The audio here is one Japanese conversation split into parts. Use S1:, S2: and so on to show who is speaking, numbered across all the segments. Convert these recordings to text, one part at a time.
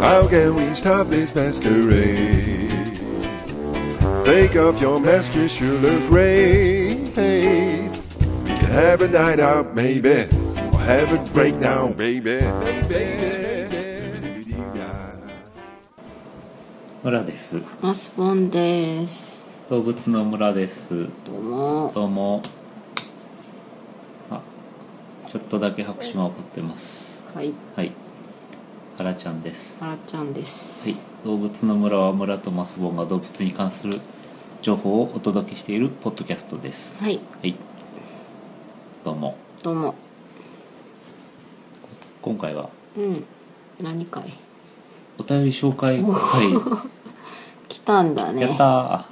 S1: How can we stop this masquerade? Take off your mask, you should look great. We can have a night out, maybe. Or have a breakdown, baby. baby.
S2: 村です
S3: マスボンです。
S2: 動物の村です
S3: どうも。
S2: どうもあちょっとだけ拍手が起こってます
S3: はい、
S2: はいあらちゃんです
S3: あらちゃんです。
S2: はい動物の村は村とマスボンが動物に関する情報をお届けしているポッドキャストです
S3: はい、
S2: はいどうも
S3: どうも。
S2: 今回は
S3: うん。何回。
S2: お便り紹介は
S3: 来たんだ
S2: い
S3: ね
S2: やっ。た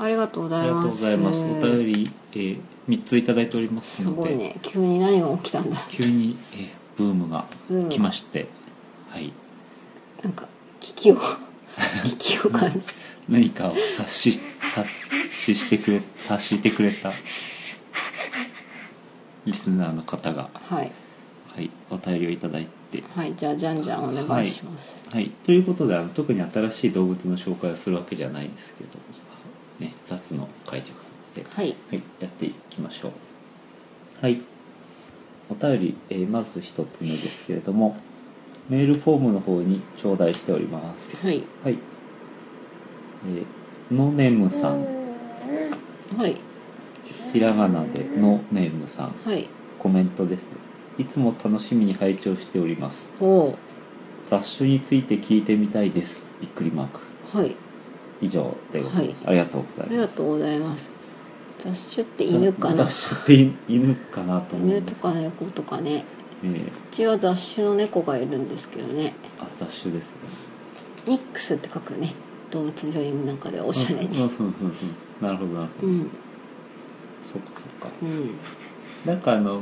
S3: ありがとうご
S2: ーあ
S3: ざい
S2: りがとう
S3: ま
S2: ご
S3: す。
S2: ざいますお便り、えー、3ついただいております
S3: す
S2: の
S3: ご
S2: で
S3: いね。急に何が起き たんだ。
S2: 急に、えーブームが来まして、はい
S3: なんか危機を 危機を感じ。
S2: 何かを察し察ししてくれ察してくれたリスナーの方が、
S3: はい
S2: はい、お便りをいただいて、
S3: はいじゃあじゃんじゃんお願いします。
S2: はい、ということであの特に新しい動物の紹介をするわけじゃないんですけど、ね、雑の解釈で、は
S3: はい
S2: い、やっていきましょうはいお便り、えーまず一つ目ですけれどもメールフォームの方に頂戴しております
S3: はい
S2: はい。えーのねむさん、
S3: はい
S2: ひらがなでのねむさん、
S3: はい。
S2: コメントです。いつも楽しみに拝聴しております。
S3: おお
S2: 雑種について聞いてみたいです。びっくりマーク。
S3: はい。
S2: 以上でございます。ありがとうござい
S3: あ
S2: ま
S3: り
S2: す。
S3: がとうございます。雑種って犬かな。
S2: 雑種って犬かなと思う
S3: 犬
S2: んで
S3: と
S2: すけど
S3: か猫とかね。
S2: ね
S3: うちは雑種の猫がいるんですけどね。
S2: えあ、雑種ですね。
S3: ミックスって書くよね動物病院なんかでおしゃれ
S2: うん
S3: に
S2: うんうんうんなるほど、なるほ
S3: う
S2: ど。
S3: ん
S2: そっかそっか。
S3: うん
S2: なんかあの、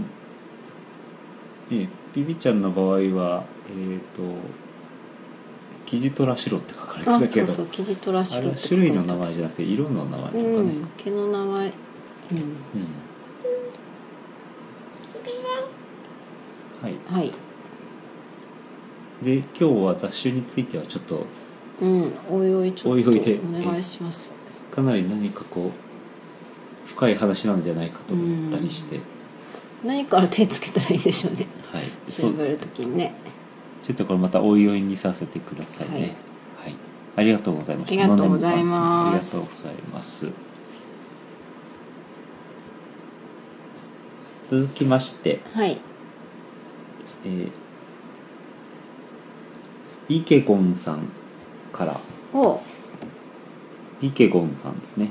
S2: ね、ビビちゃんの場合は、えっ、と、キジトラシロって書かれて
S3: あ
S2: たけ
S3: そ
S2: ど、
S3: うそうキジトラシ
S2: あれ
S3: ロ
S2: は種類の名前じゃなくて、色の名前とかね。
S3: う
S2: うん
S3: ん毛の名前うん
S2: はい、
S3: はい
S2: で今日は雑種についてはちょっと
S3: うんおいおいちょ
S2: お
S3: っ
S2: い
S3: と
S2: おいで
S3: お願いします
S2: かなり何かこう深い話なんじゃないかと思ったりして、
S3: 何から手つけたらいいでしょうね
S2: はい
S3: 調
S2: そうで
S3: べる
S2: す
S3: ときにね
S2: ちょっとこれまたおいおいにさせてくださいね。はい、ありがとうございます。
S3: ありがとうございます
S2: のねむさんありがとうございます。続きまして、
S3: はい
S2: えー、イケゴンさんから。
S3: お
S2: ビケゴンさんですね。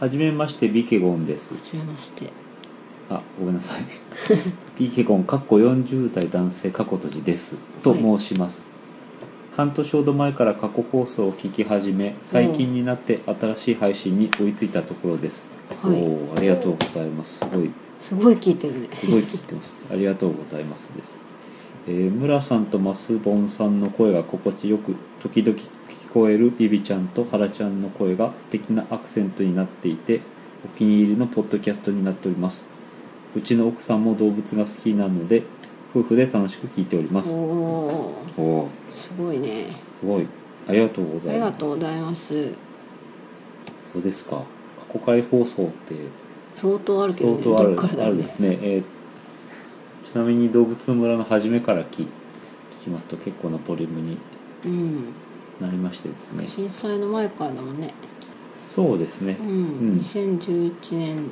S2: はじめまして、ビケゴンです
S3: は。じめまして
S2: あ、ごめんなさい。 ピーケコン、かっこ40代男性、過去閉じです。と申します。半年ほど前から過去放送を聞き始め、最近になって新しい配信に追いついたところです。
S3: はい
S2: おーありがとうございます。すごい、
S3: すごい聞いてるね
S2: すごい聞いてます。ありがとうございますです。えー、村さんとマスボンさんの声が心地よく、時々聞こえるビビちゃんとハラちゃんの声が素敵なアクセントになっていて、お気に入りのポッドキャストになっております。うちの奥さんも動物が好きなので、夫婦で楽しく聞いておりま
S3: お
S2: す。
S3: お
S2: おお、
S3: すごいね
S2: すごい。ありがとうご
S3: あ
S2: ざい
S3: り
S2: ま
S3: が
S2: す。
S3: とうございます
S2: どうですか。過去回放送って
S3: 相当あるけど
S2: 相
S3: ね
S2: 当あ
S3: どっ
S2: る,、
S3: からだ
S2: あ
S3: ろう
S2: るで
S3: ね
S2: すね、えーちなみに動物の村の初めから聞聞きますと結構なボリュームに
S3: うん
S2: なりましてですね
S3: 震災の前からだもんね
S2: そうですね
S3: うん、
S2: うん
S3: 2011年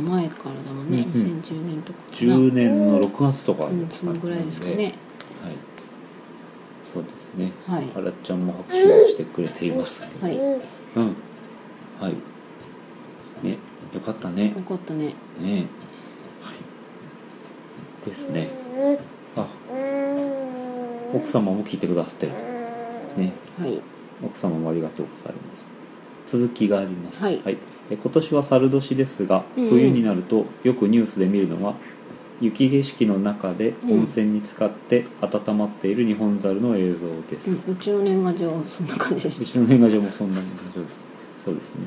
S3: 前からだもんね、
S2: うんうん
S3: 2010年とかかな
S2: 10年の6月とか
S3: うんそのぐらいですか
S2: はい
S3: ね
S2: そうですね
S3: はい
S2: あらちゃんも拍手をしてくれていますね、
S3: はいよ
S2: うんはいねよかったね
S3: かったね
S2: ねはいですねあ奥様も聞いてくださってるね
S3: はい
S2: 奥様もありがとうございます続きがあります、
S3: はい
S2: え今年は猿年ですが、
S3: うんうん
S2: 冬になるとよくニュースで見るのは雪景色の中で温泉に浸かって温まっている日本猿の映像です、
S3: う
S2: うん
S3: うちの年賀状はそんな感じ でし
S2: ちの年賀状もそんな感じですそうですね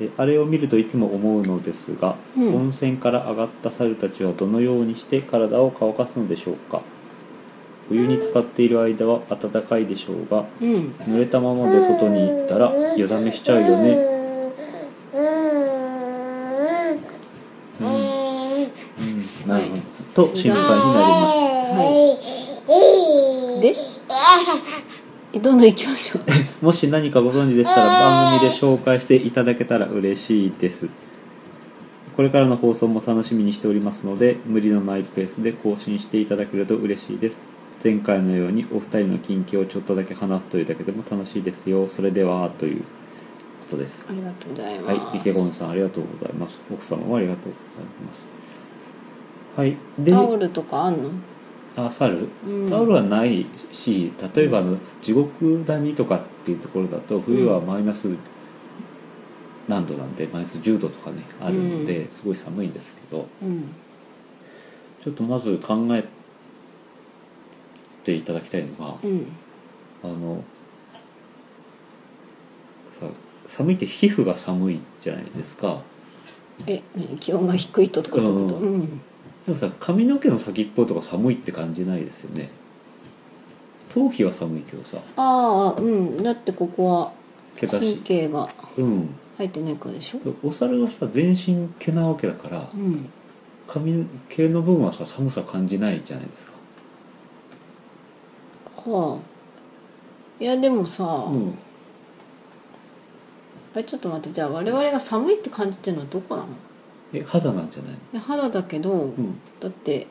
S2: えあれを見るといつも思うのですが、
S3: うん
S2: 温泉から上がった猿たちはどのようにして体を乾かすのでしょうか冬に使っている間は暖かいでしょうが
S3: うん
S2: 濡れたままで外に行ったら夜冷めしちゃうよねうんなるほどと心配になります
S3: で えどんどん行きましょう
S2: もし何かご存知でしたら番組で紹介していただけたら嬉しいですこれからの放送も楽しみにしておりますので無理のないペースで更新していただけると嬉しいです前回のようにお二人の近況をちょっとだけ話すというだけでも楽しいですよそれではということです
S3: ありがとうございます
S2: はい、池本さんありがとうございます奥様もありがとうございますはいで
S3: タオルとかあんの、
S2: あ猿
S3: うん、
S2: タオルはないし例えばあの地獄谷とかっていうところだと冬はマイナス何度なんでマイナス10度とかねあるの
S3: う
S2: ですごい寒いんですけど
S3: うん
S2: ちょっとまず考えていただきたいのが
S3: うん
S2: あのさ寒いって皮膚が寒いじゃないですか
S3: え何気温が低いととかそういうこと、
S2: う
S3: うん
S2: でもさ髪の毛の先っぽとか寒いって感じないですよね頭皮は寒いけどさ
S3: ああうんだってここは
S2: 毛だ
S3: 神
S2: し
S3: 経が
S2: うん
S3: 入ってないからでしょ、
S2: お猿はさ全身毛なわけだから
S3: うん、
S2: 髪毛の部分はさ寒さ感じないじゃないですか
S3: はあいやでもさ、
S2: うん
S3: あれちょっと待ってじゃあ我々が寒いって感じてるのはどこなの
S2: え肌なんじゃない
S3: いや肌だけど、
S2: うん
S3: だって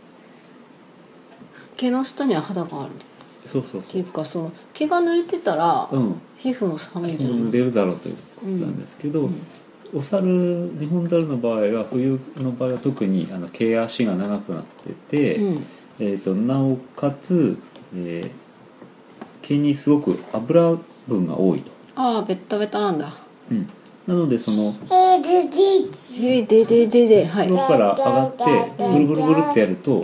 S3: 毛の下には肌があるっ
S2: そうそう
S3: て
S2: そ
S3: いううかその毛が濡れてたら、
S2: うん
S3: 皮膚も寒いじゃない、
S2: 濡れるだろうということなんですけど、
S3: うん
S2: お猿日本猿の場合は冬の場合は特にあの毛足が長くなってて、
S3: うん
S2: えー、となおかつ、えー毛にすごく油分が多いと、
S3: ああベッタベタなんだ
S2: うん、なのでその
S3: えー、でででではい
S2: 風呂から上がってブルブルブルってやると、もう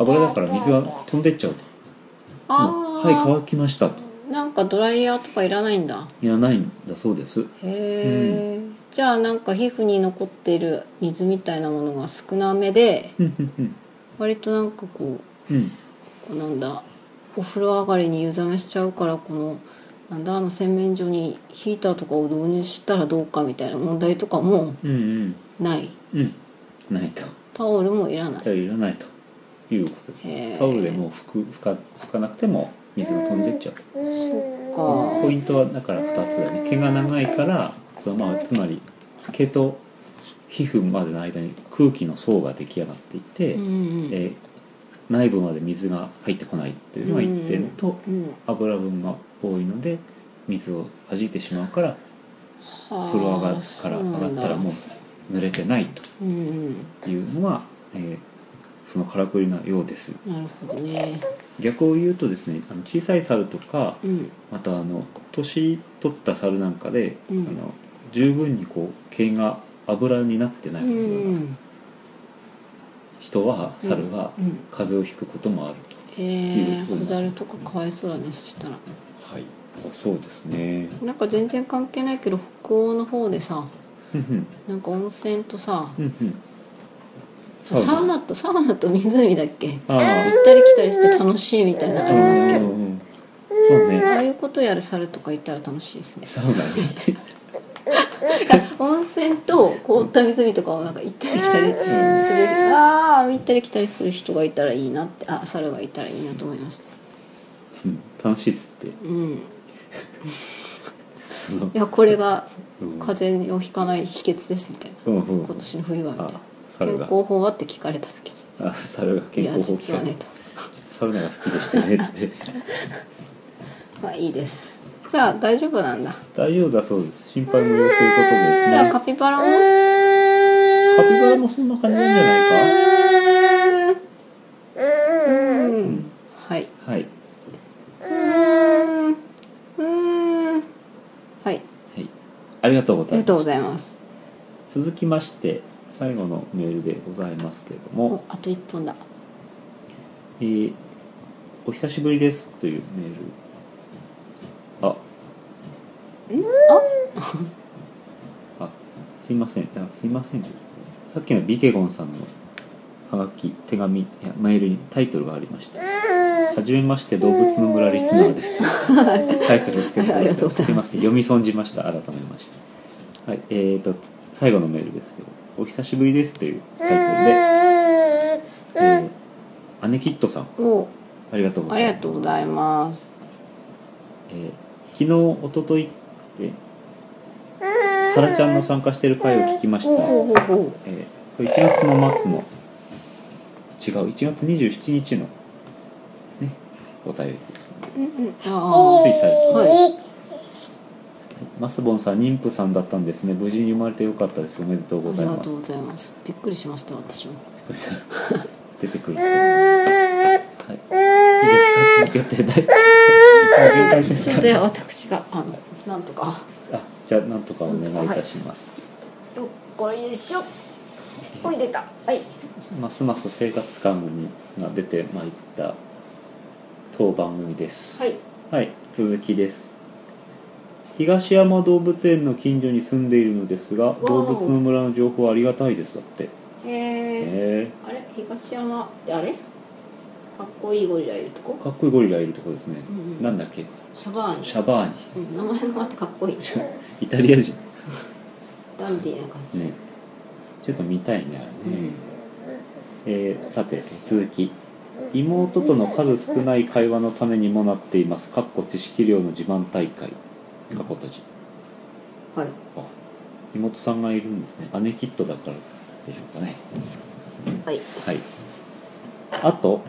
S2: 油だから水が飛んでっちゃうと「
S3: あ
S2: もう
S3: あ
S2: はい乾きました」と
S3: なんかドライヤーとかいらないんだ
S2: いらないんだそうです
S3: へえ、じゃあなんか皮膚に残ってる水みたいなものが少なめで
S2: うんうんうん
S3: 割となんかこ
S2: うん
S3: うなんだお風呂上がりに湯冷めしちゃうからこのなんだあの洗面所にヒーターとかを導入したらどうかみたいな問題とかも
S2: うん
S3: ない
S2: うんうんないと
S3: タオルもいらな
S2: タ
S3: い
S2: オルいらないということです、
S3: へー
S2: タオルでもう拭く拭か拭かなくても水が飛んでっちゃうと
S3: か
S2: ポイントはだから2つだね毛が長いからそのまあつまり毛と皮膚までの間に空気の層が出来上がっていて、
S3: うんうん
S2: えー内部まで水が入ってこないっていうのが一点と、
S3: うん
S2: 油分が多いので水を弾いてしまうから風呂上が
S3: はあそ
S2: から
S3: うな
S2: 上
S3: ん
S2: が
S3: だ
S2: ったらもう濡れてない
S3: うん
S2: というのが、えーそのからくりなようです
S3: うんなるほどね
S2: 逆を言うとですねあの小さい猿とか
S3: うん
S2: またあの年取った猿なんかで、
S3: うん
S2: あの十分にこう毛が油になってな
S3: う
S2: い
S3: んうん
S2: 人は猿は
S3: うん
S2: 風邪をひくこともあると、
S3: えー、小猿とかかわいそうだねそしたら
S2: はいそうですね
S3: なんか全然関係ないけど北欧の方でさ
S2: ふんふん
S3: なんか温泉とさ
S2: ふんふん
S3: サウナとサウナと湖だっけ行っ
S2: ああ
S3: たり来たりして楽しいみたいなのありますけ
S2: う
S3: ど
S2: んうんうんそうね
S3: ああいうことやる猿とかいたら楽しいですね
S2: サウナに
S3: 温泉と凍った湖とかをなんか行ったり来たりする、ああ行ったり来たりする人がいたらいいなってあ猿がいたらいいなと思いました
S2: うん楽しいっすって
S3: うん
S2: その
S3: いやこれが
S2: うん
S3: 風邪をひかない秘訣ですみたいな
S2: うんうん
S3: 今年の冬はみたい
S2: あ
S3: な健
S2: 猿
S3: 康
S2: が
S3: 法はって聞かれた時
S2: あ猿が
S3: に「い
S2: 健
S3: や
S2: 康法
S3: 実はね」と
S2: サウナが好きでしたねっつって
S3: 「まあいいです」じゃあ大丈夫なんだ
S2: 大丈夫だそうです心配無用ということでです
S3: じゃあ
S2: ね
S3: カピバラも
S2: カピバラもそんな感じなんじゃない
S3: うんはい
S2: かはい、
S3: うんうんはい
S2: はい、ありがとうご
S3: あ
S2: ざ
S3: り
S2: い
S3: がと
S2: ます
S3: うございます
S2: 続きまして最後のメールでございますけれど
S3: お
S2: も、
S3: あと1分だ
S2: えーお久しぶりですというメールああすいませんあすいませんさっきのビケゴンさんのはがき手紙いやメールにタイトルがありました、え「はじめまして動物の村リスナーです」という タイトルをつけてくださ
S3: はいありがとうございます
S2: すいません読み損じました改めましてはいえー、と最後のメールですけど「お久しぶりです」というタイトルで、えー、姉キットさん
S3: お
S2: ありがとうご
S3: あ
S2: ざい
S3: り
S2: ます
S3: がとうございます
S2: えー昨日一昨日えーハラちゃんの参加してる回を聞きました、
S3: ほうほうほうほ
S2: えーこれ1月の末の違う1月27日のですねお便りです
S3: ううんうんあ
S2: つい最近
S3: あはい
S2: マスボンさん妊婦さんだったんですね無事に生まれてよかったですおめでとうご
S3: あ
S2: ざ
S3: り
S2: い
S3: が
S2: ま
S3: と
S2: す
S3: うございますびっくりしました私も
S2: 出てくると思いますはいいいですか続けて大大丈夫です
S3: ち
S2: か
S3: ょうど私があのなんとか
S2: あじゃあなんとかお願いいたします、
S3: よっこいしょおい出たはい
S2: ますます生活感が出てまいった当番組です
S3: はい
S2: はい、続きです東山動物園の近所に住んでいるのですが
S3: お
S2: 動物の村の情報はありがたいですだってへ
S3: えー、
S2: え
S3: あれ東山ってあれかっこいいゴリラいるとこ
S2: かっこいいゴリラいるとこですね
S3: う、んうん
S2: なんだっけ
S3: シャバーニ
S2: シャバーニ
S3: うん名前がまたかっこいい
S2: イタリア人
S3: ダンディーな感じ、
S2: ねちょっと見たいねあれね、
S3: うん
S2: えーさて続き妹との数少ない会話の種にもなっていますかっこ知識量の自慢大会かっこ閉じ
S3: はい
S2: あ妹さんがいるんですね姉キットだからでしょうかね
S3: はい
S2: はい。あと、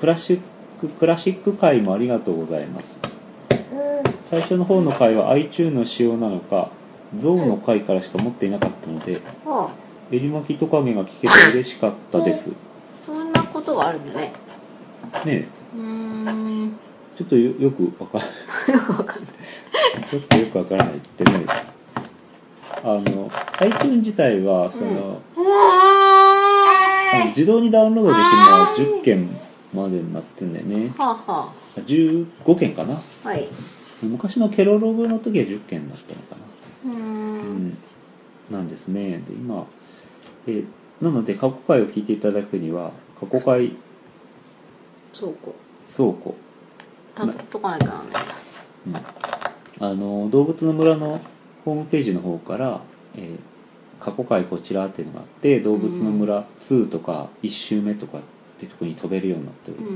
S2: クラシック、クラシック回もありがとうございます。最初の方の回は iTune の仕様なのか、ゾウの回からしか持っていなかったので、
S3: ああ
S2: エリマキトカゲが聞けて嬉しかったです。ね
S3: そんなことがあるんだね
S2: え
S3: うー ん
S2: ちょっとよよくわか
S3: よくわかんない
S2: ちょっとよくわからないってね。あの、iTune 自体は、その、あの自動にダウンロードできるのは10件までになってんだよね。
S3: はあは
S2: あ15件かな。
S3: あはい
S2: 昔のケロログの時は10件だったのか
S3: うーん
S2: な、うん、なんですねで今えなので過去回を聞いていただくには過去回
S3: そうこ
S2: 倉庫、
S3: たどっとかないかならない
S2: うん、あの動物の村のホームページの方から、えー過去回こちらっていうのがあって「動物の村2」とか「1周目」とかっていうところに飛べるようになっており
S3: うー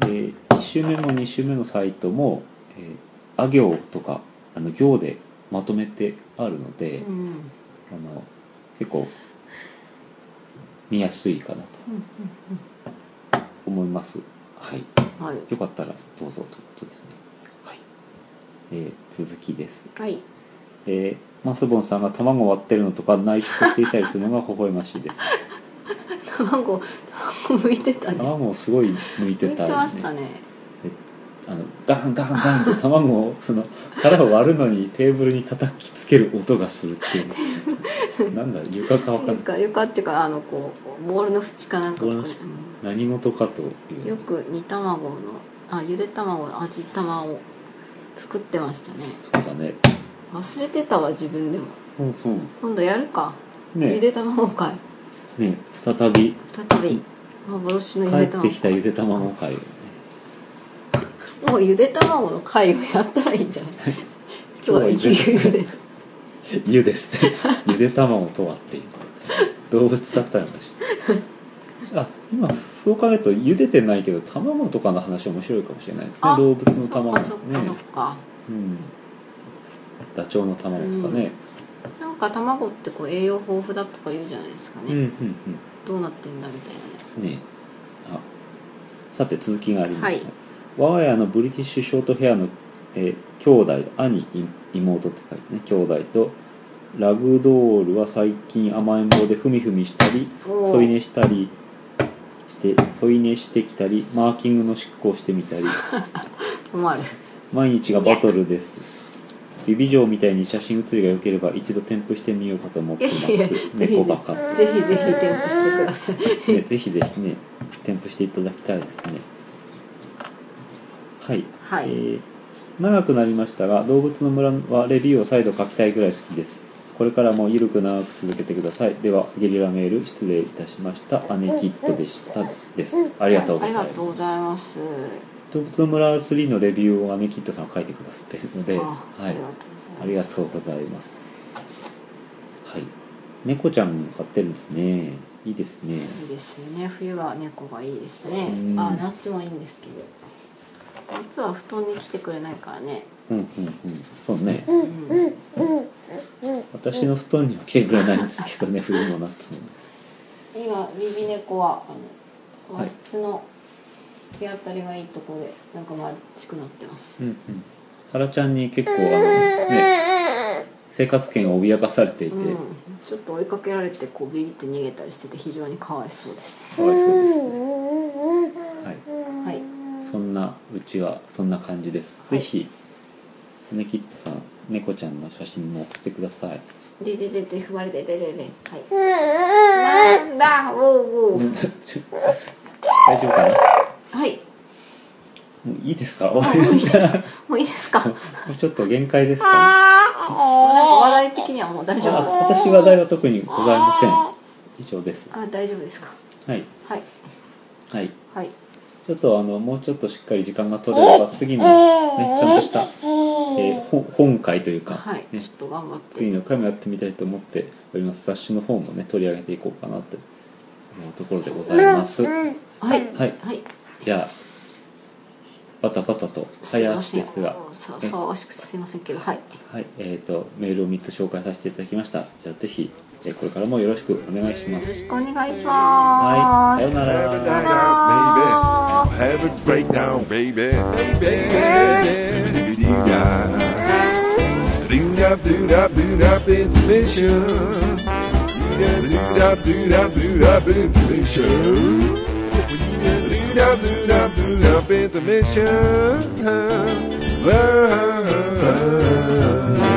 S2: ます、
S3: ん
S2: で1週目も2週目のサイトも、えー、あ行とかあの行でまとめてあるので、
S3: うんうん
S2: あの結構見やすいかなと
S3: うん
S2: 思いますはい
S3: うんはい
S2: よかったらどうぞということですねはい、えー続きです
S3: はい
S2: えーマスボンさんが卵を割ってるのとか内緒としていたりするのが微笑ましい です
S3: 卵卵向いてたね
S2: 卵をすごい抜いて
S3: 向い
S2: た
S3: てましたね
S2: あのガンガンガンと卵をその殻を割るのにテーブルに叩きつける音がするって いうなんだ床かわか
S3: よ
S2: んない
S3: かよかっていうかあのこうボールの縁かなんかと
S2: ボー
S3: か
S2: ルの
S3: ね、
S2: 何事かという
S3: うんよく煮卵のあゆで卵の味玉を作ってましたね
S2: そうだね
S3: 忘れてたわ自分でも
S2: うん
S3: 今度やるか、
S2: うんね
S3: ゆで卵会
S2: ね再び
S3: 再び幻のゆ
S2: 帰
S3: で
S2: って
S3: 卵
S2: きたゆで卵会をね
S3: もうゆで卵の会をやったらいい んじゃない今日はゆで
S2: 湯ですね ゆで卵とはっていう動物だ ったのかしらあ今そう考えると茹でてないけど卵とかの話面白いかもしれないですね
S3: あ
S2: 動物の
S3: そっ
S2: 卵
S3: かそっかそっ
S2: ね
S3: か、
S2: うんダチョウの卵とかね、
S3: なんか卵ってこう栄養豊富だとか言うじゃないですかね、
S2: うんうん
S3: どうなってんだみたい
S2: う
S3: なね
S2: んねあさて続きがありました、
S3: は
S2: 我
S3: い
S2: が家のブリティッシュショートヘアの、えー兄弟兄い妹って書いてね兄弟とラグドールは最近甘えん坊でふみふみしたり
S3: おー
S2: 添い寝したりして添い寝してきたりマーキングの執行してみた り
S3: 困る
S2: 毎日がバトルですビビ嬢みたいに写真写りが良ければ一度添付してみようかと思ってます
S3: いやいや
S2: 猫バカ
S3: ぜひぜひ添付してください
S2: ね、ぜひぜひね添付していただきたいですねはい、
S3: はい
S2: えー長くなりましたが動物の村はレビューを再度書きたいぐらい好きですこれからもゆるく長く続けてくださいではゲリラメール失礼いたしました姉キッドでしたですありがとうござい
S3: あ
S2: ま
S3: りが
S2: す
S3: とうございます
S2: 動物村3のレビューを姉キッドさんが書いてくださってるので
S3: あ
S2: はいあ
S3: あ
S2: り
S3: り
S2: が
S3: が
S2: と
S3: と
S2: う
S3: う
S2: ご
S3: ご
S2: ざ
S3: ざ
S2: い
S3: い
S2: ま
S3: ますす
S2: はい猫ちゃん飼ってるんですねいいですね
S3: いいですね冬は猫がいいですね
S2: うん
S3: あ夏もいいんですけど夏は布団に来てくれないからね
S2: うんうんうんそうね
S3: うん
S2: 私の布団には来てくれないんですけどね冬も夏も
S3: 今ビビ猫はあの
S2: はい
S3: 和室の日当たりがいいところでなんか丸っちくなってます、
S2: うんうん原ちゃんに結構あのね生活圏を脅かされていて、
S3: うんちょっと追いかけられてこうビビって逃げたりしてて非常にかわいそうです
S2: かわいそうですねはい
S3: はい
S2: そんなうちはそんな感じです、
S3: はい
S2: ぜひねキッドさん猫ちゃんの写真も送ってください
S3: でででで踏まれてででではいなんだおうおう
S2: 大丈夫かな
S3: はい
S2: もういいですか
S3: あ
S2: 終わ
S3: もう
S2: り
S3: い
S2: ま
S3: いで
S2: し
S3: す
S2: た
S3: もういいですかなんか
S2: もうちょっと限界ですか、ね、
S3: 話題的にはもう大丈
S2: あ
S3: 夫
S2: 私話題は特にございません以上です
S3: あ大丈夫ですか
S2: はい
S3: はい
S2: はい
S3: はい
S2: ちょっとあのもうちょっとしっかり時間が取れれば次のねちゃんとした、えーほ本会というか、
S3: はい
S2: ね
S3: ちょっと頑張って
S2: 次の回もやってみたいと思っております雑誌の方もね取り上げていこうかなと思うところでございますは
S3: はい
S2: い
S3: はい
S2: じゃあバタバタと
S3: すい
S2: 早
S3: ま
S2: 足
S3: せん
S2: ですが
S3: さ騒がしくてすいませんけどはい
S2: はいえー、とメールを3つ紹介させていただきましたじゃあぜひ、えーこれからもよろしくお願いしま
S3: よろ
S2: す
S3: しくお願いしま
S2: はいさよう
S3: す
S2: なら
S1: Have a night out, baby. Have a breakdown, baby. Baby. Do-da. Do-da, do-da, do-da, intuition. Do-da, do-da, do-da, do-da, intuition. Do-da, do-da, do-da, intuition. Love.